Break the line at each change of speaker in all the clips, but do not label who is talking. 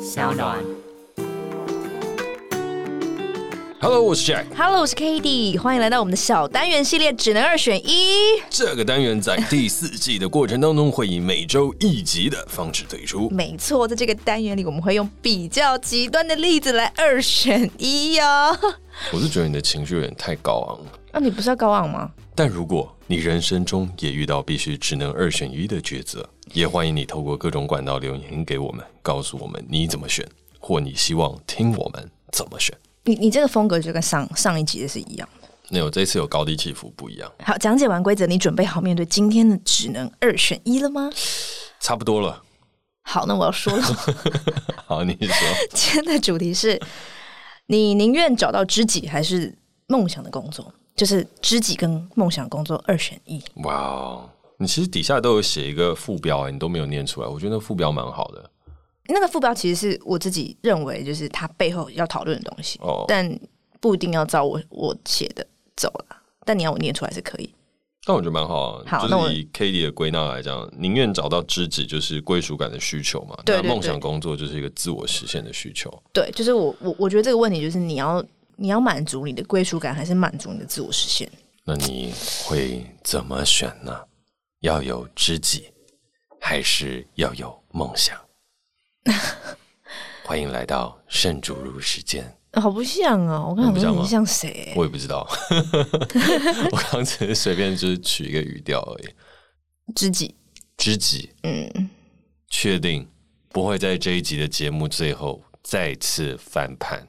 小暖。
Hello，我是 Jack。
Hello，我是 k a t i e 欢迎来到我们的小单元系列，只能二选一。
这个单元在第四季的过程当中，会以每周一集的方式推出。
没错，在这个单元里，我们会用比较极端的例子来二选一哦。
我是觉得你的情绪有点太高昂了。
那、你不是要高昂吗？
但如果你人生中也遇到必须只能二选一的抉择，也欢迎你透过各种管道留言给我们，告诉我们你怎么选，或你希望听我们怎么选。
你你这个风格就跟上上一集的是一样的。
那我这次有高低起伏不一样，
好，讲解完规则，你准备好面对今天的只能二选一了吗？
差不多了。
好，那我要说 了，
好，你说
今天的主题是：你宁愿找到知己，还是梦想的工作？就是知己跟梦想工作二选一。。
哇哦，你其实底下都有写一个副标、欸你都没有念出来，我觉得那副标蛮好的。
那个副标其实是我自己认为，就是它背后要讨论的东西，
哦
但不一定要照我我写的走了。但你要我念出来是可以。
但我觉得蛮好啊，
好那
就
我
是以 k a t i e 的归纳来讲，宁愿找到知己，就是归属感的需求嘛。
对对
那
对
梦想工作就是一个自我实现的需求。
对，就是我我我觉得这个问题就是你要你要满足你的归属感，还是满足你的自我实现？
那你会怎么选呢？要有知己，还是要有梦 想？欢迎来到圣主如时间。
呃好不像哦，我刚
很
想
不像吗
说你像谁、
我也不知道， 我刚只是随便就是取一个语调而已。
知己，
知己
嗯，
确定不会在这一集的节目最后再次翻盘，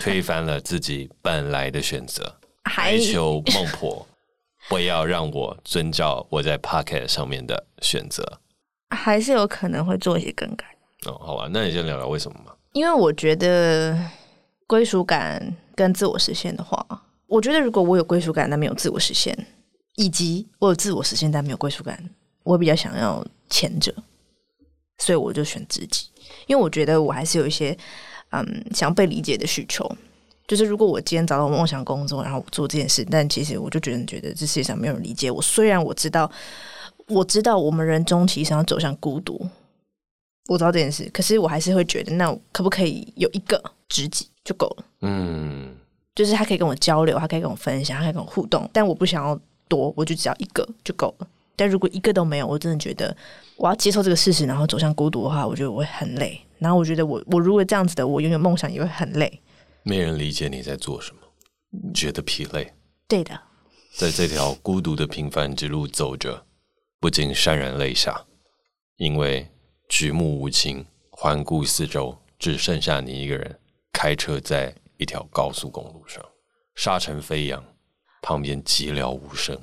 推翻了自己本来的选择。
还
哀求孟婆， 不要让我遵照我在 Pocket 上面的选择。
还是有可能会做一些更改，
哦，好吧，那你先聊聊为什么嘛？
因为我觉得归属感跟自我实现的话，我觉得如果我有归属感但没有自我实现，以及我有自我实现但没有归属感，我比较想要前者，所以我就选自己，因为我觉得我还是有一些嗯想要被理解的需求。就是如果我今天找到我梦想工作，然后我做这件事，但其实我就觉得觉得这世界上没有人理解我。虽然我知道，我知道我们人终其实要走向孤独，我知道这件事，可是我还是会觉得，那我可不可以有一个知己就够了？
嗯，
就是他可以跟我交流，他可以跟我分享，他可以跟我互动，但我不想要多，我就只要一个就够了。但如果一个都没有，我真的觉得我要接受这个事实，然后走向孤独的话，我觉得我会很累。然后我觉得我我如果这样子的，我拥有梦想也会很累。
没人理解你在做什么，觉得疲累，
对的，
在这条孤独的平凡之路走着，不禁潸然泪下，因为举目无亲，环顾四周，只剩下你一个人开车在一条高速公路上，沙尘飞扬，旁边寂寥无声。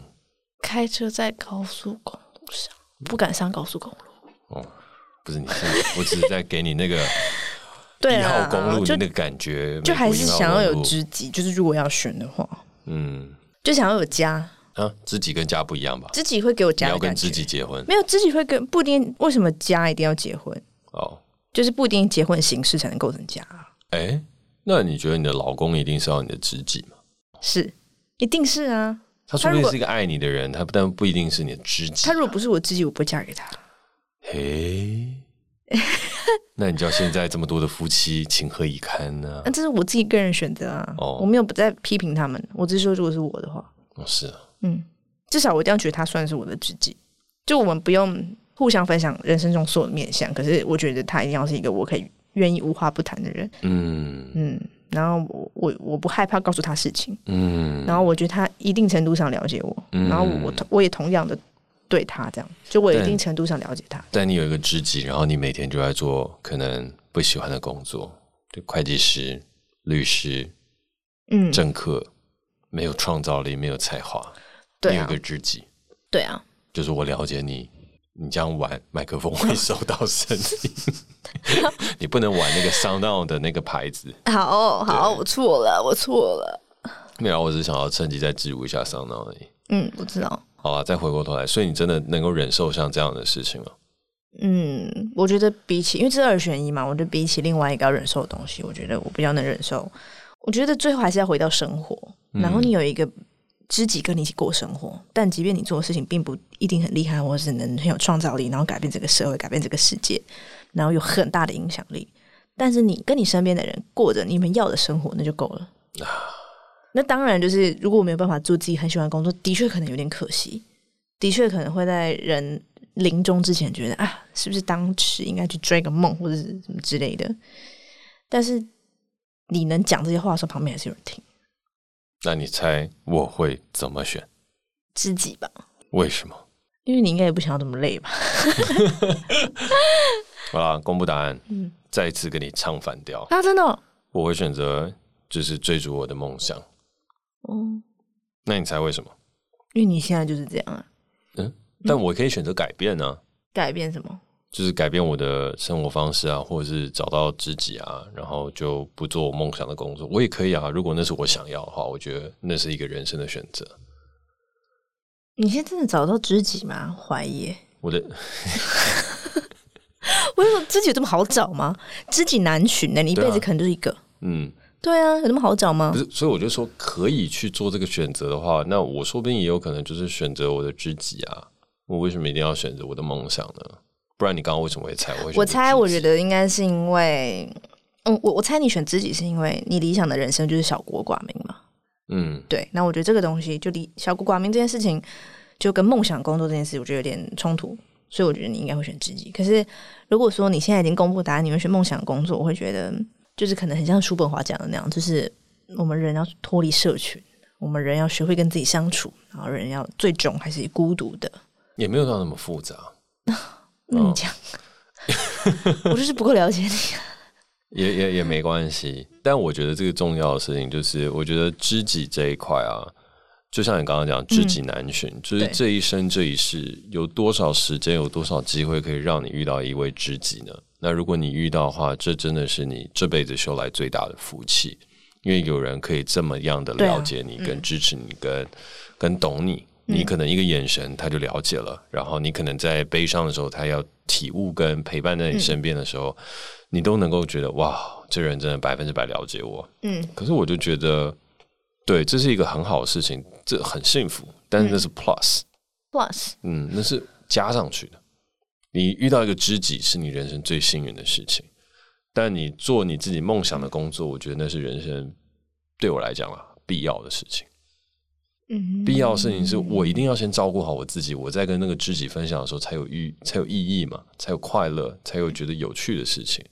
开车在高速公路上，不敢上高速公路。
哦，不是你是，我只是在给你 那个
对
一号
啊，
公路
就
你的感觉，
就
美国
还是
一号
想要有
公路
知己，就是如果要选的话，
嗯
就想要有家，
啊，知己跟家不一样吧？
知己会给我
你
家
要
的
跟
感觉
知。己结婚
没有知己会跟不一定，为什么家一定要结婚？
哦，
就是不一定结婚形式才能构成家啊，
哎、那你觉得你的老公一定是要你的知己吗？
是一定是啊。
他说不定
如果
是一个爱你的人，他不但不一定是你的知己
他。如果不是我知己，我不会嫁给他。
嘿， 那你知道现在这么多的夫妻情何以堪呢、
那这是我自己个人选择啊，
哦
我没有不在批评他们，我只是说如果是我的话，
哦，是啊，
嗯，至少我一定要觉得他算是我的知己。就我们不用互相分享人生中所有的面相，可是我觉得他一定要是一个我可以愿意无话不谈的人。
嗯
嗯，然后我我我不害怕告诉他事情，
嗯，
然后我觉得他一定程度上了解我，
嗯
然后我我同我也同样的对他这样，就我
对
一定程度上了解他。
但你有一个知己，然后你每天就在做可能不喜欢的工作，对会计师、律师、
嗯，
政客，没有创造力，没有才华，
对
你有一
啊
个，知己，
对啊，
就是我了解你，你这样玩麦克风会收到声音， 你不能玩那个 sound on 的那个牌子。
好哦好哦，
对
我错了，我错了。
没有，我只是想要趁机再植入一下 sound on 而已。
嗯，我知道。
好啊，再回过头来，所以你真的能够忍受像这样的事情吗？
嗯，我觉得比起，因为这是二选一嘛，我觉得比起另外一个要忍受的东西，我觉得我比较能忍受。我觉得最后还是要回到生活，然后你有一个知己跟你一起过生活，但即便你做的事情并不一定很厉害，或者是能很有创造力，然后改变这个社会、改变这个世界，然后有很大的影响力，但是你跟你身边的人过着你们要的生活，那就够了。那当然，就是如果我没有办法做自己很喜欢的工作，的确可能有点可惜，的确可能会在人临终之前觉得啊，是不是当时应该去追个梦或者是什么之类的。但是你能讲这些话的时候，旁边还是有人听，
那你猜我会怎么选？
知己吧，
为什么？
因为你应该也不想要这么累吧？
好啦，公布答案，
嗯
再一次跟你唱反调。
啊，真的哦，
我会选择就是追逐我的梦想。
哦
那你猜为什么？
因为你现在就是这样啊，
但我可以选择改变啊，
改变什么？
就是改变我的生活方式啊，或者是找到知己啊，然后就不做我梦想的工作，我也可以啊。如果那是我想要的话，我觉得那是一个人生的选择。
你现在真的找到知己吗？怀疑耶。
我的
我有知己有这么好找吗？知己难寻欸呢、你一辈
对
子
啊
可能就是一个。
嗯，
对啊，有那么好找吗
不？是，所以我就说可以去做这个选择的话，那我说不定也有可能就是选择我的知己啊。我为什么一定要选择我的梦想呢？不然你刚刚为什么会猜我会选择
我猜，
知己
我觉得应该是因为，嗯，我我猜你选知己是因为你理想的人生就是小国寡民嘛。
嗯，
对，那我觉得这个东西就离小国寡民这件事情，就跟梦想工作这件事，我觉得有点冲突，所以我觉得你应该会选知己。可是如果说你现在已经公布答案，你会选梦想工作，我会觉得就是可能很像叔本华讲的那样，就是我们人要脱离社群，我们人要学会跟自己相处，然后人要最终还是孤独的。
也没有到那么复杂，
那
哦
你讲， 我就是不够了解你。
也也也没关系。但我觉得这个重要的事情就是，我觉得知己这一块啊，就像你刚刚讲，知己难寻，就是
嗯对
这一生这一世有多少时间，有多少机会可以让你遇到一位知己呢？那如果你遇到的话，这真的是你这辈子修来最大的福气，因为有人可以这么样的
对啊
了解你、跟支持你、跟跟懂你。你可能一个眼神他就了解了，然后你可能在悲伤的时候，他要体悟跟陪伴在你身边的时候，你都能够觉得哇，这人真的百分之百了解我。
嗯，
可是我就觉得，对，这是一个很好的事情，这很幸福，但是那是 plus，
Plus，
嗯那是加上去的。你遇到一个知己是你人生最幸运的事情，但你做你自己梦想的工作，我觉得那是人生对我来讲啊必要的事情。
嗯，
必要的事情是我一定要先照顾好我自己，我在跟那个知己分享的时候才有意才有意义嘛，才有快乐，才有觉得有趣的事情。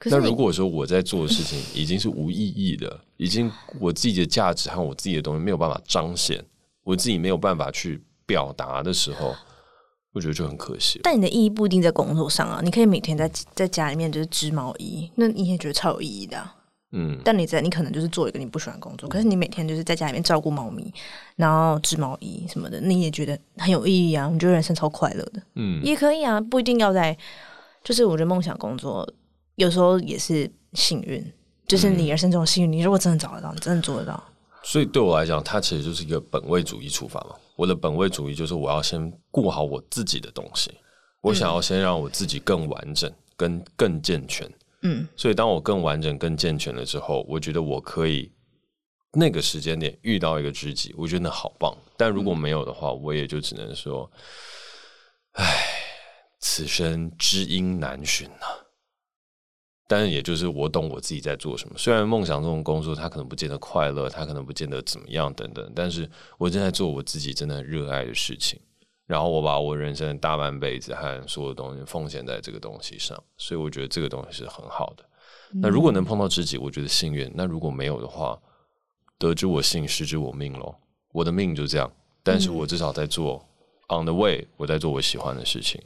可
那
是你
如果说我在做的事情已经是无意义的，已经我自己的价值和我自己的东西没有办法彰显，我自己没有办法去表达的时候，我觉得就很可惜了。
但你的意义不一定在工作上啊，你可以每天在在家里面就是织毛衣，那你也觉得超有意义的啊、
嗯，
但你在你可能就是做一个你不喜欢的工作，可是你每天就是在家里面照顾猫咪，然后织毛衣什么的，你也觉得很有意义啊，你觉得人生超快乐的，
嗯
也可以啊，不一定要在，就是我觉得梦想工作有时候也是幸运，就是
嗯
你人生中的幸运，你如果真的找得到，你真的做得到，
所以对我来讲，它其实就是一个本位主义出发嘛。我的本位主义就是我要先顾好我自己的东西，我
嗯
想要先让我自己更完整、跟更健全。
嗯，
所以当我更完整、更健全了之后，我觉得我可以那个时间点遇到一个知己，我觉得那好棒。但如果没有的话，我也就只能说，唉，此生知音难寻呐、但是也就是我懂我自己在做什么。虽然梦想这种工作，它可能不见得快乐，它可能不见得怎么样等等，但是我正在做我自己真的很热爱的事情。然后我把我人生的大半辈子和所有东西奉献在这个东西上，所以我觉得这个东西是很好的。那如果能碰到知己，我觉得幸运；那如果没有的话，得知我幸，失之我命咯。我的命就这样，但是我至少在做、on the way，我在做我喜欢的事情。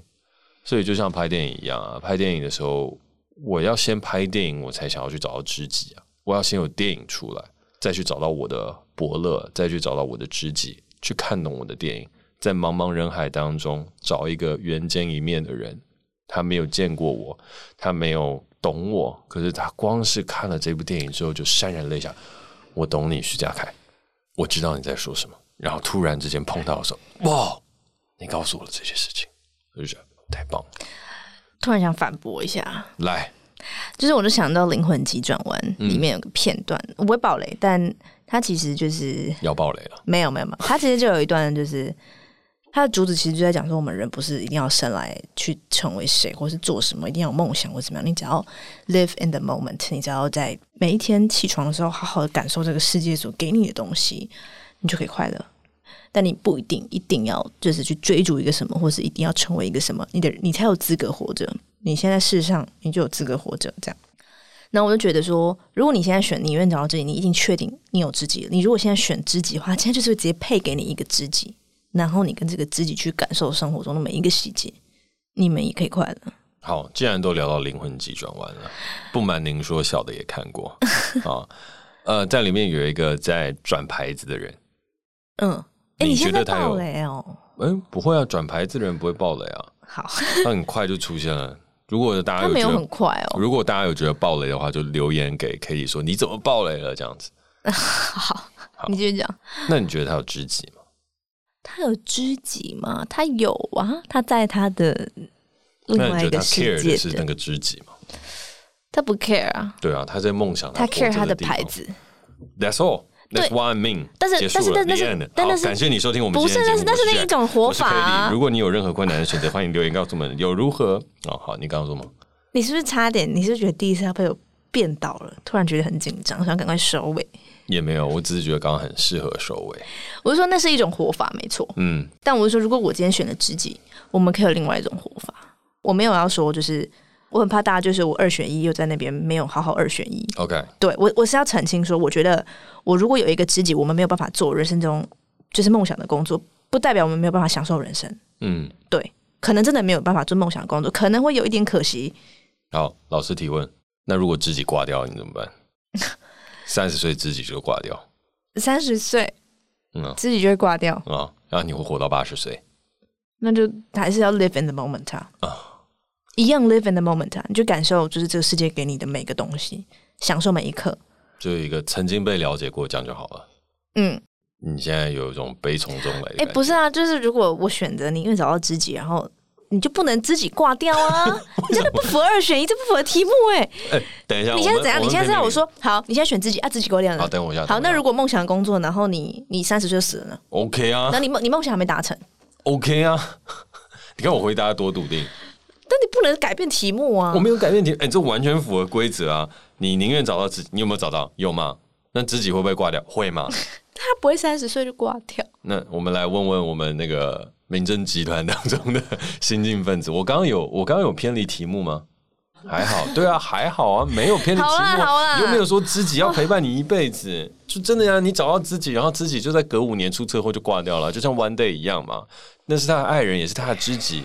所以就像拍电影一样啊，拍电影的时候，我要先拍电影，我才想要去找到知己啊。我要先有电影出来，再去找到我的伯乐，再去找到我的知己，去看懂我的电影，在茫茫人海当中找一个缘见一面的人。他没有见过我，他没有懂我，可是他光是看了这部电影之后就潸然泪下。我懂你，徐佳凯，我知道你在说什么。然后突然之间碰到的时候，哇！你告诉我了这些事情，我就觉得太棒了。
突然想反驳一下，啊
来，
就是我就想到《灵魂急转弯》里面有个片段，我不会爆雷，但它其实就是
要爆雷了。
没有没有没有，它其实就有一段就是它的主旨其实就在讲说，我们人不是一定要生来去成为谁，或是做什么，一定要有梦想或怎么样。你只要 live in the moment，你只要在每一天起床的时候，好好的感受这个世界所给你的东西，你就可以快乐。但你不一定一定要就是去追逐一个什么，或是一定要成为一个什么，你的你才有资格活着。你现在世上，你就有资格活着，这样。那我就觉得说，如果你现在选你愿找到知己，你一定确定你有知己了。你如果现在选知己的话，现在就是会直接配给你一个知己，然后你跟这个知己去感受生活中的每一个细节，你们也可以快乐。
好，既然都聊到灵魂急转弯了，不瞒您说，小的也看过啊。呃，在里面有一个在转牌子的人，
嗯，哎、
你
你
觉
现在
得他有
爆雷哦，
嗯、不会啊，转牌子的人不会爆雷啊，
好，
他很快就出现了。如果大家
他没有
觉得
很快哦，
如果大家有觉得爆雷的话，就留言给 k a t 说你怎么爆雷了这样子。
好，你继续讲。
那你觉得他有知己吗？
他有知己吗？他有啊，他在他的嗯另
那你
外一
觉得
个
他
世
care
界
的是那个知己吗？
他不 care 啊，
对啊，他在梦想
他
活
care
着
他的
地方
牌。子。
That's all. That's
对
what I mean.
但是
结束
但是
了
但是
the end
但
好
但是
感谢你收听我们
不
今
是
天的节目。
那是
我
那是
Jack，
另一种活
我是
法
Katie，
啊
如果你有任何困难的选择，欢迎留言告诉我们有如何哦。好，你刚刚说什么？
你是不是差点？你是不是觉得第一次要被我变倒了，突然觉得很紧张，想赶快收尾？
也没有，我只是觉得刚刚很适合收尾。
我是说那是一种活法，没错。
嗯，
但我是说，如果我今天选了知己，我们可以有另外一种活法。我没有要说，就是我很怕大家就是我二选一，又在那边没有好好二选一。
OK，
对我，我是要澄清说，我觉得我如果有一个知己，我们没有办法做人生中就是梦想的工作，不代表我们没有办法享受人生。
嗯，
对，可能真的没有办法做梦想的工作，可能会有一点可惜。
好，老师提问：那如果知己挂掉，你怎么办？三十岁知己就挂掉，
三十岁
嗯啊，
自己就会挂掉，
嗯啊然后你会活到八十岁
那就还是要 live in the moment 啊，
啊，
一样 live in the moment 啊，你就感受就是这个世界给你的每个东西，享受每一刻。
就有一个曾经被了解过，这样就好了。
嗯，
你现在有一种悲从中来的
哎、
感觉，
不是啊，就是如果我选择你，因为找到知己，然后你就不能知己挂掉 啊，你真的不符合二选一，这不符合题目哎、
哎，等一下，
你现在
我们
怎样？你现在是
我们
让
明
我
明
说好，你现在选自己啊，自己给我两
好，
个。
等我一下。
好，那如
果
果梦想工作，然后你你三十岁就死了呢？
OK 啊
那你梦你梦想还没达成，
，OK 啊， 你看我回答得多笃定，
但你不能改变题目啊
我。没有改变题，哎，这完全符合规则啊。你宁愿找到自己，你有没有找到？有吗？那知己会不会挂掉？会吗？
他不会三十岁就挂掉。
那我们来问问我们那个民政集团当中的新进分子。我刚刚有我刚刚有偏离题目吗？还好，对啊，还好啊，没有偏离题目
好啦好
啊。
啦
你又没有说知己要陪伴你一辈子，就真的呀、你找到知己，然后知己就在隔五年出车祸就挂掉了，就像 One Day 一样嘛。那是他的爱人，也是他的知己，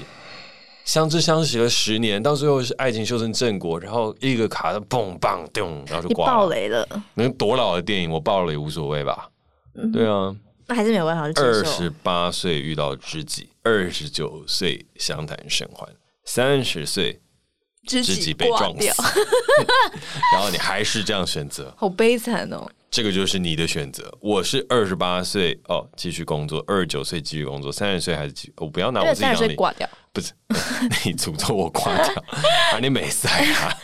相知相惜了十年，到最后是爱情修成正果，然后一个卡的蹦棒咚，然后就
你
挂
爆
了。
雷了，
能多老的电影我爆了也无所谓吧？
嗯
对啊。
那还是没有办法去
二
接受
十。八岁遇到知己，二十九岁相谈甚欢，三十岁
知
知己被
挂
撞死
掉，，
然后你还是这样选择，
好悲惨哦。
这个就是你的选择。我是二十八岁哦，继续工作；二十九岁继续工作；三十岁还是继续我不要拿我
对，
自己
三
当
十岁
例，
挂掉，
不是 你诅咒我夸奖， 啊你没塞啊？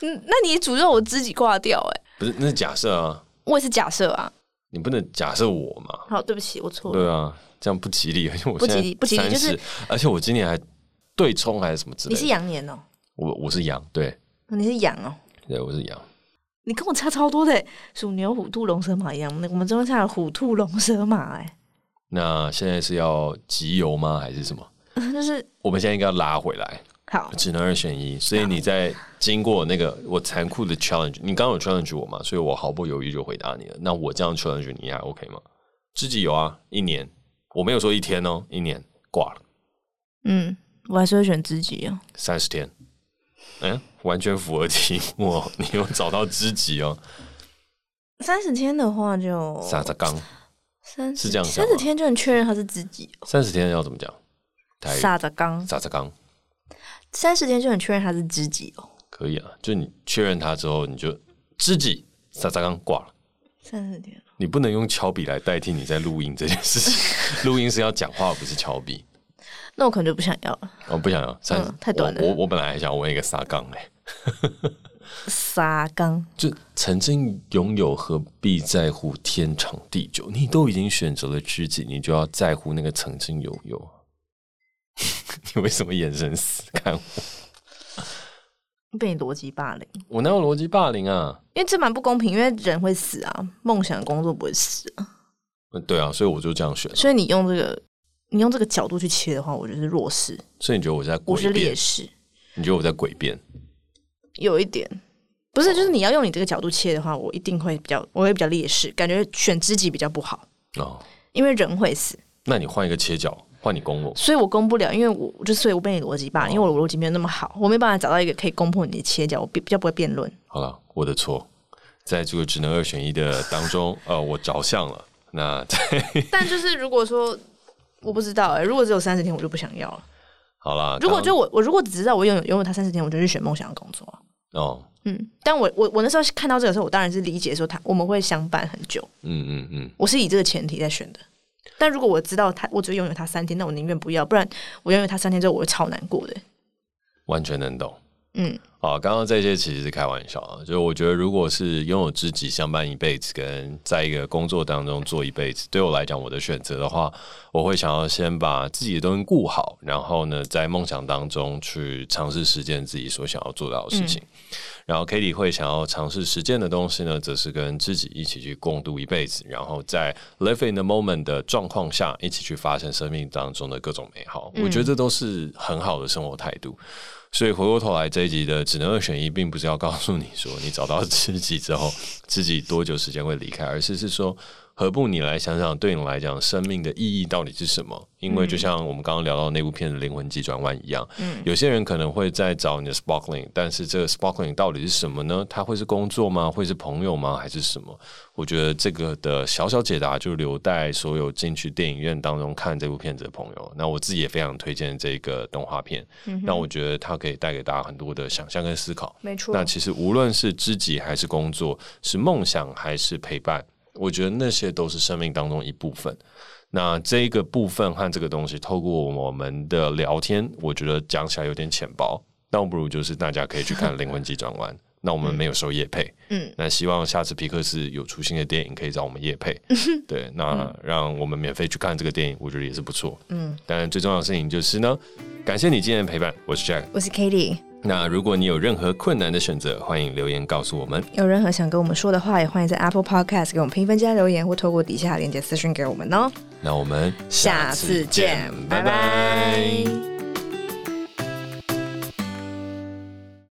嗯，那你诅咒我自己挂掉、哎，
不是，那是假设啊，
我也是假设啊。
你不能假设我嘛。
好，对不起，我错了。
对啊，这样不吉利，而且我
不
现
吉
在
利不吉利就是
30，而且我今年还对冲还是什么之类
你
的。
是羊年哦，
我我是羊，对
你是羊哦，
对，我是羊。
你跟我差超多的、哎鼠牛、虎、兔、龙、蛇、马一样，那我们中间差了虎、兔、龙、蛇、马、哎，
那现在是要集邮吗，还是什么？
就是
我们现在应该要拉回来，
好，
只能二选一。所以你在经过那个我残酷的 challenge，你刚刚有 challenge 我嘛？所以我毫不犹豫就回答你了。那我这样 challenge 你还 OK 吗？自己有啊，一年，我没有说一天哦，一年挂了
嗯，我还是会选自己哦。
三十天，嗯，完全符合题目、哦，你有找到知己哦，
三十天的话就
傻傻刚，
三
是这样想
三
吗
十天就能确认他是自己，
三十天要怎么讲？台语
傻子刚，
傻傻刚。
三十天就能确认他是知己哦。
可以啊，就你确认他之后，你就知己撒撒刚挂了。
三十天，
你不能用敲笔来代替你在录音这件事情， 录音是要讲话，不是敲笔。
那我可能就不想要了。
我不想要，三十、
嗯太短了
我我我本来还想问一个撒刚嘞，
傻刚，
就曾经拥有，何必在乎天长地久？你都已经选择了知己，你就要在乎那个曾经拥有啊。 你为什么眼神死看我？
被你逻辑霸凌，
我哪有逻辑霸凌啊？
因为这蛮不公平，因为人会死啊，梦想工作不会死啊，
嗯对啊，所以我就这样选。
所以你用这个你用这个角度去切的话，我觉得是弱势，
所以你觉得我在
我是
诡
劣
辩？
势，
你觉得我在诡辩？
有一点。不是，就是你要用你这个角度切的话，我一定会比较，我会比较劣势，感觉选知己比较不好，
哦，
因为人会死，
那你换一个切角，换你攻我。
所以我攻不了，因为我就所以我被你逻辑霸凌，因为我的逻辑没有那么好，我没办法找到一个可以攻破你的切角，我比比较不会辩论。
好了，我的错，在这个只能二选一的当中， 呃，我着相了。那
但就是如果说 我不知道、欸，如果只有三十天，我就不想要了。
好啦，
如果
刚
就我我如果只知道我拥有拥有他三十天，我就去选梦想的工作啊。
哦，
嗯，但我我我那时候看到这个时候，我当然是理解说他我们会相伴很久，
嗯嗯嗯，
我是以这个前提在选的。但如果我知道他，我只拥有他三天，那我宁愿不要，不然我拥有他三天之后，我会超难过的。
完全能懂。
嗯，
啊，刚刚这些其实是开玩笑啊，就是我觉得如果是拥有知己相伴一辈子，跟在一个工作当中做一辈子，对我来讲，我的选择的话，我会想要先把自己的东西顾好，然后呢，在梦想当中去尝试实践自己所想要做到的事情。然后 Kitty 会想要尝试实践的东西呢，则是跟知己一起去共度一辈子，然后在 live in the moment 的状况下，一起去发现生命当中的各种美好。我觉得这都是很好的生活态度。所以回过头来，这一集的只能二选一，并不是要告诉你说你找到知己之后，知己多久时间会离开，而是是说，何不你来想想，对你来讲，生命的意义到底是什么？因为就像我们刚刚聊到那部片的《灵魂急转弯》一样，有些人可能会在找你的 sparkling，但是这个 sparkling 到底是什么呢？它会是工作吗？会是朋友吗？还是什么？我觉得这个的小小解答就留待所有进去电影院当中看这部片子的朋友。那我自己也非常推荐这个动画片，那我觉得它可以带给大家很多的想象跟思考。
没错
那其实无论是知己还是工作，是梦想还是陪伴，我觉得那些都是生命当中一部分。那这个部分和这个东西，透过我们的聊天，我觉得讲起来有点浅薄。那我不如就是大家可以去看《灵魂急转 弯》。那我们没有收叶配，
嗯，
那希望下次皮克斯有出新的电影可以找我们叶 配，对，那让我们免费去看这个电影，我觉得也是不错。
嗯，
当然最重要的事情就是呢，感谢你今天的陪伴，我是 Jack。
我是 k a t i e
那如果你有任何困难的选择，欢迎留言告诉我们。
有任何想跟我们说的话，也欢迎在 Apple Podcast 给我们评分加留言，或透过底下连接私讯给我们哦。
那我们
下次见，拜拜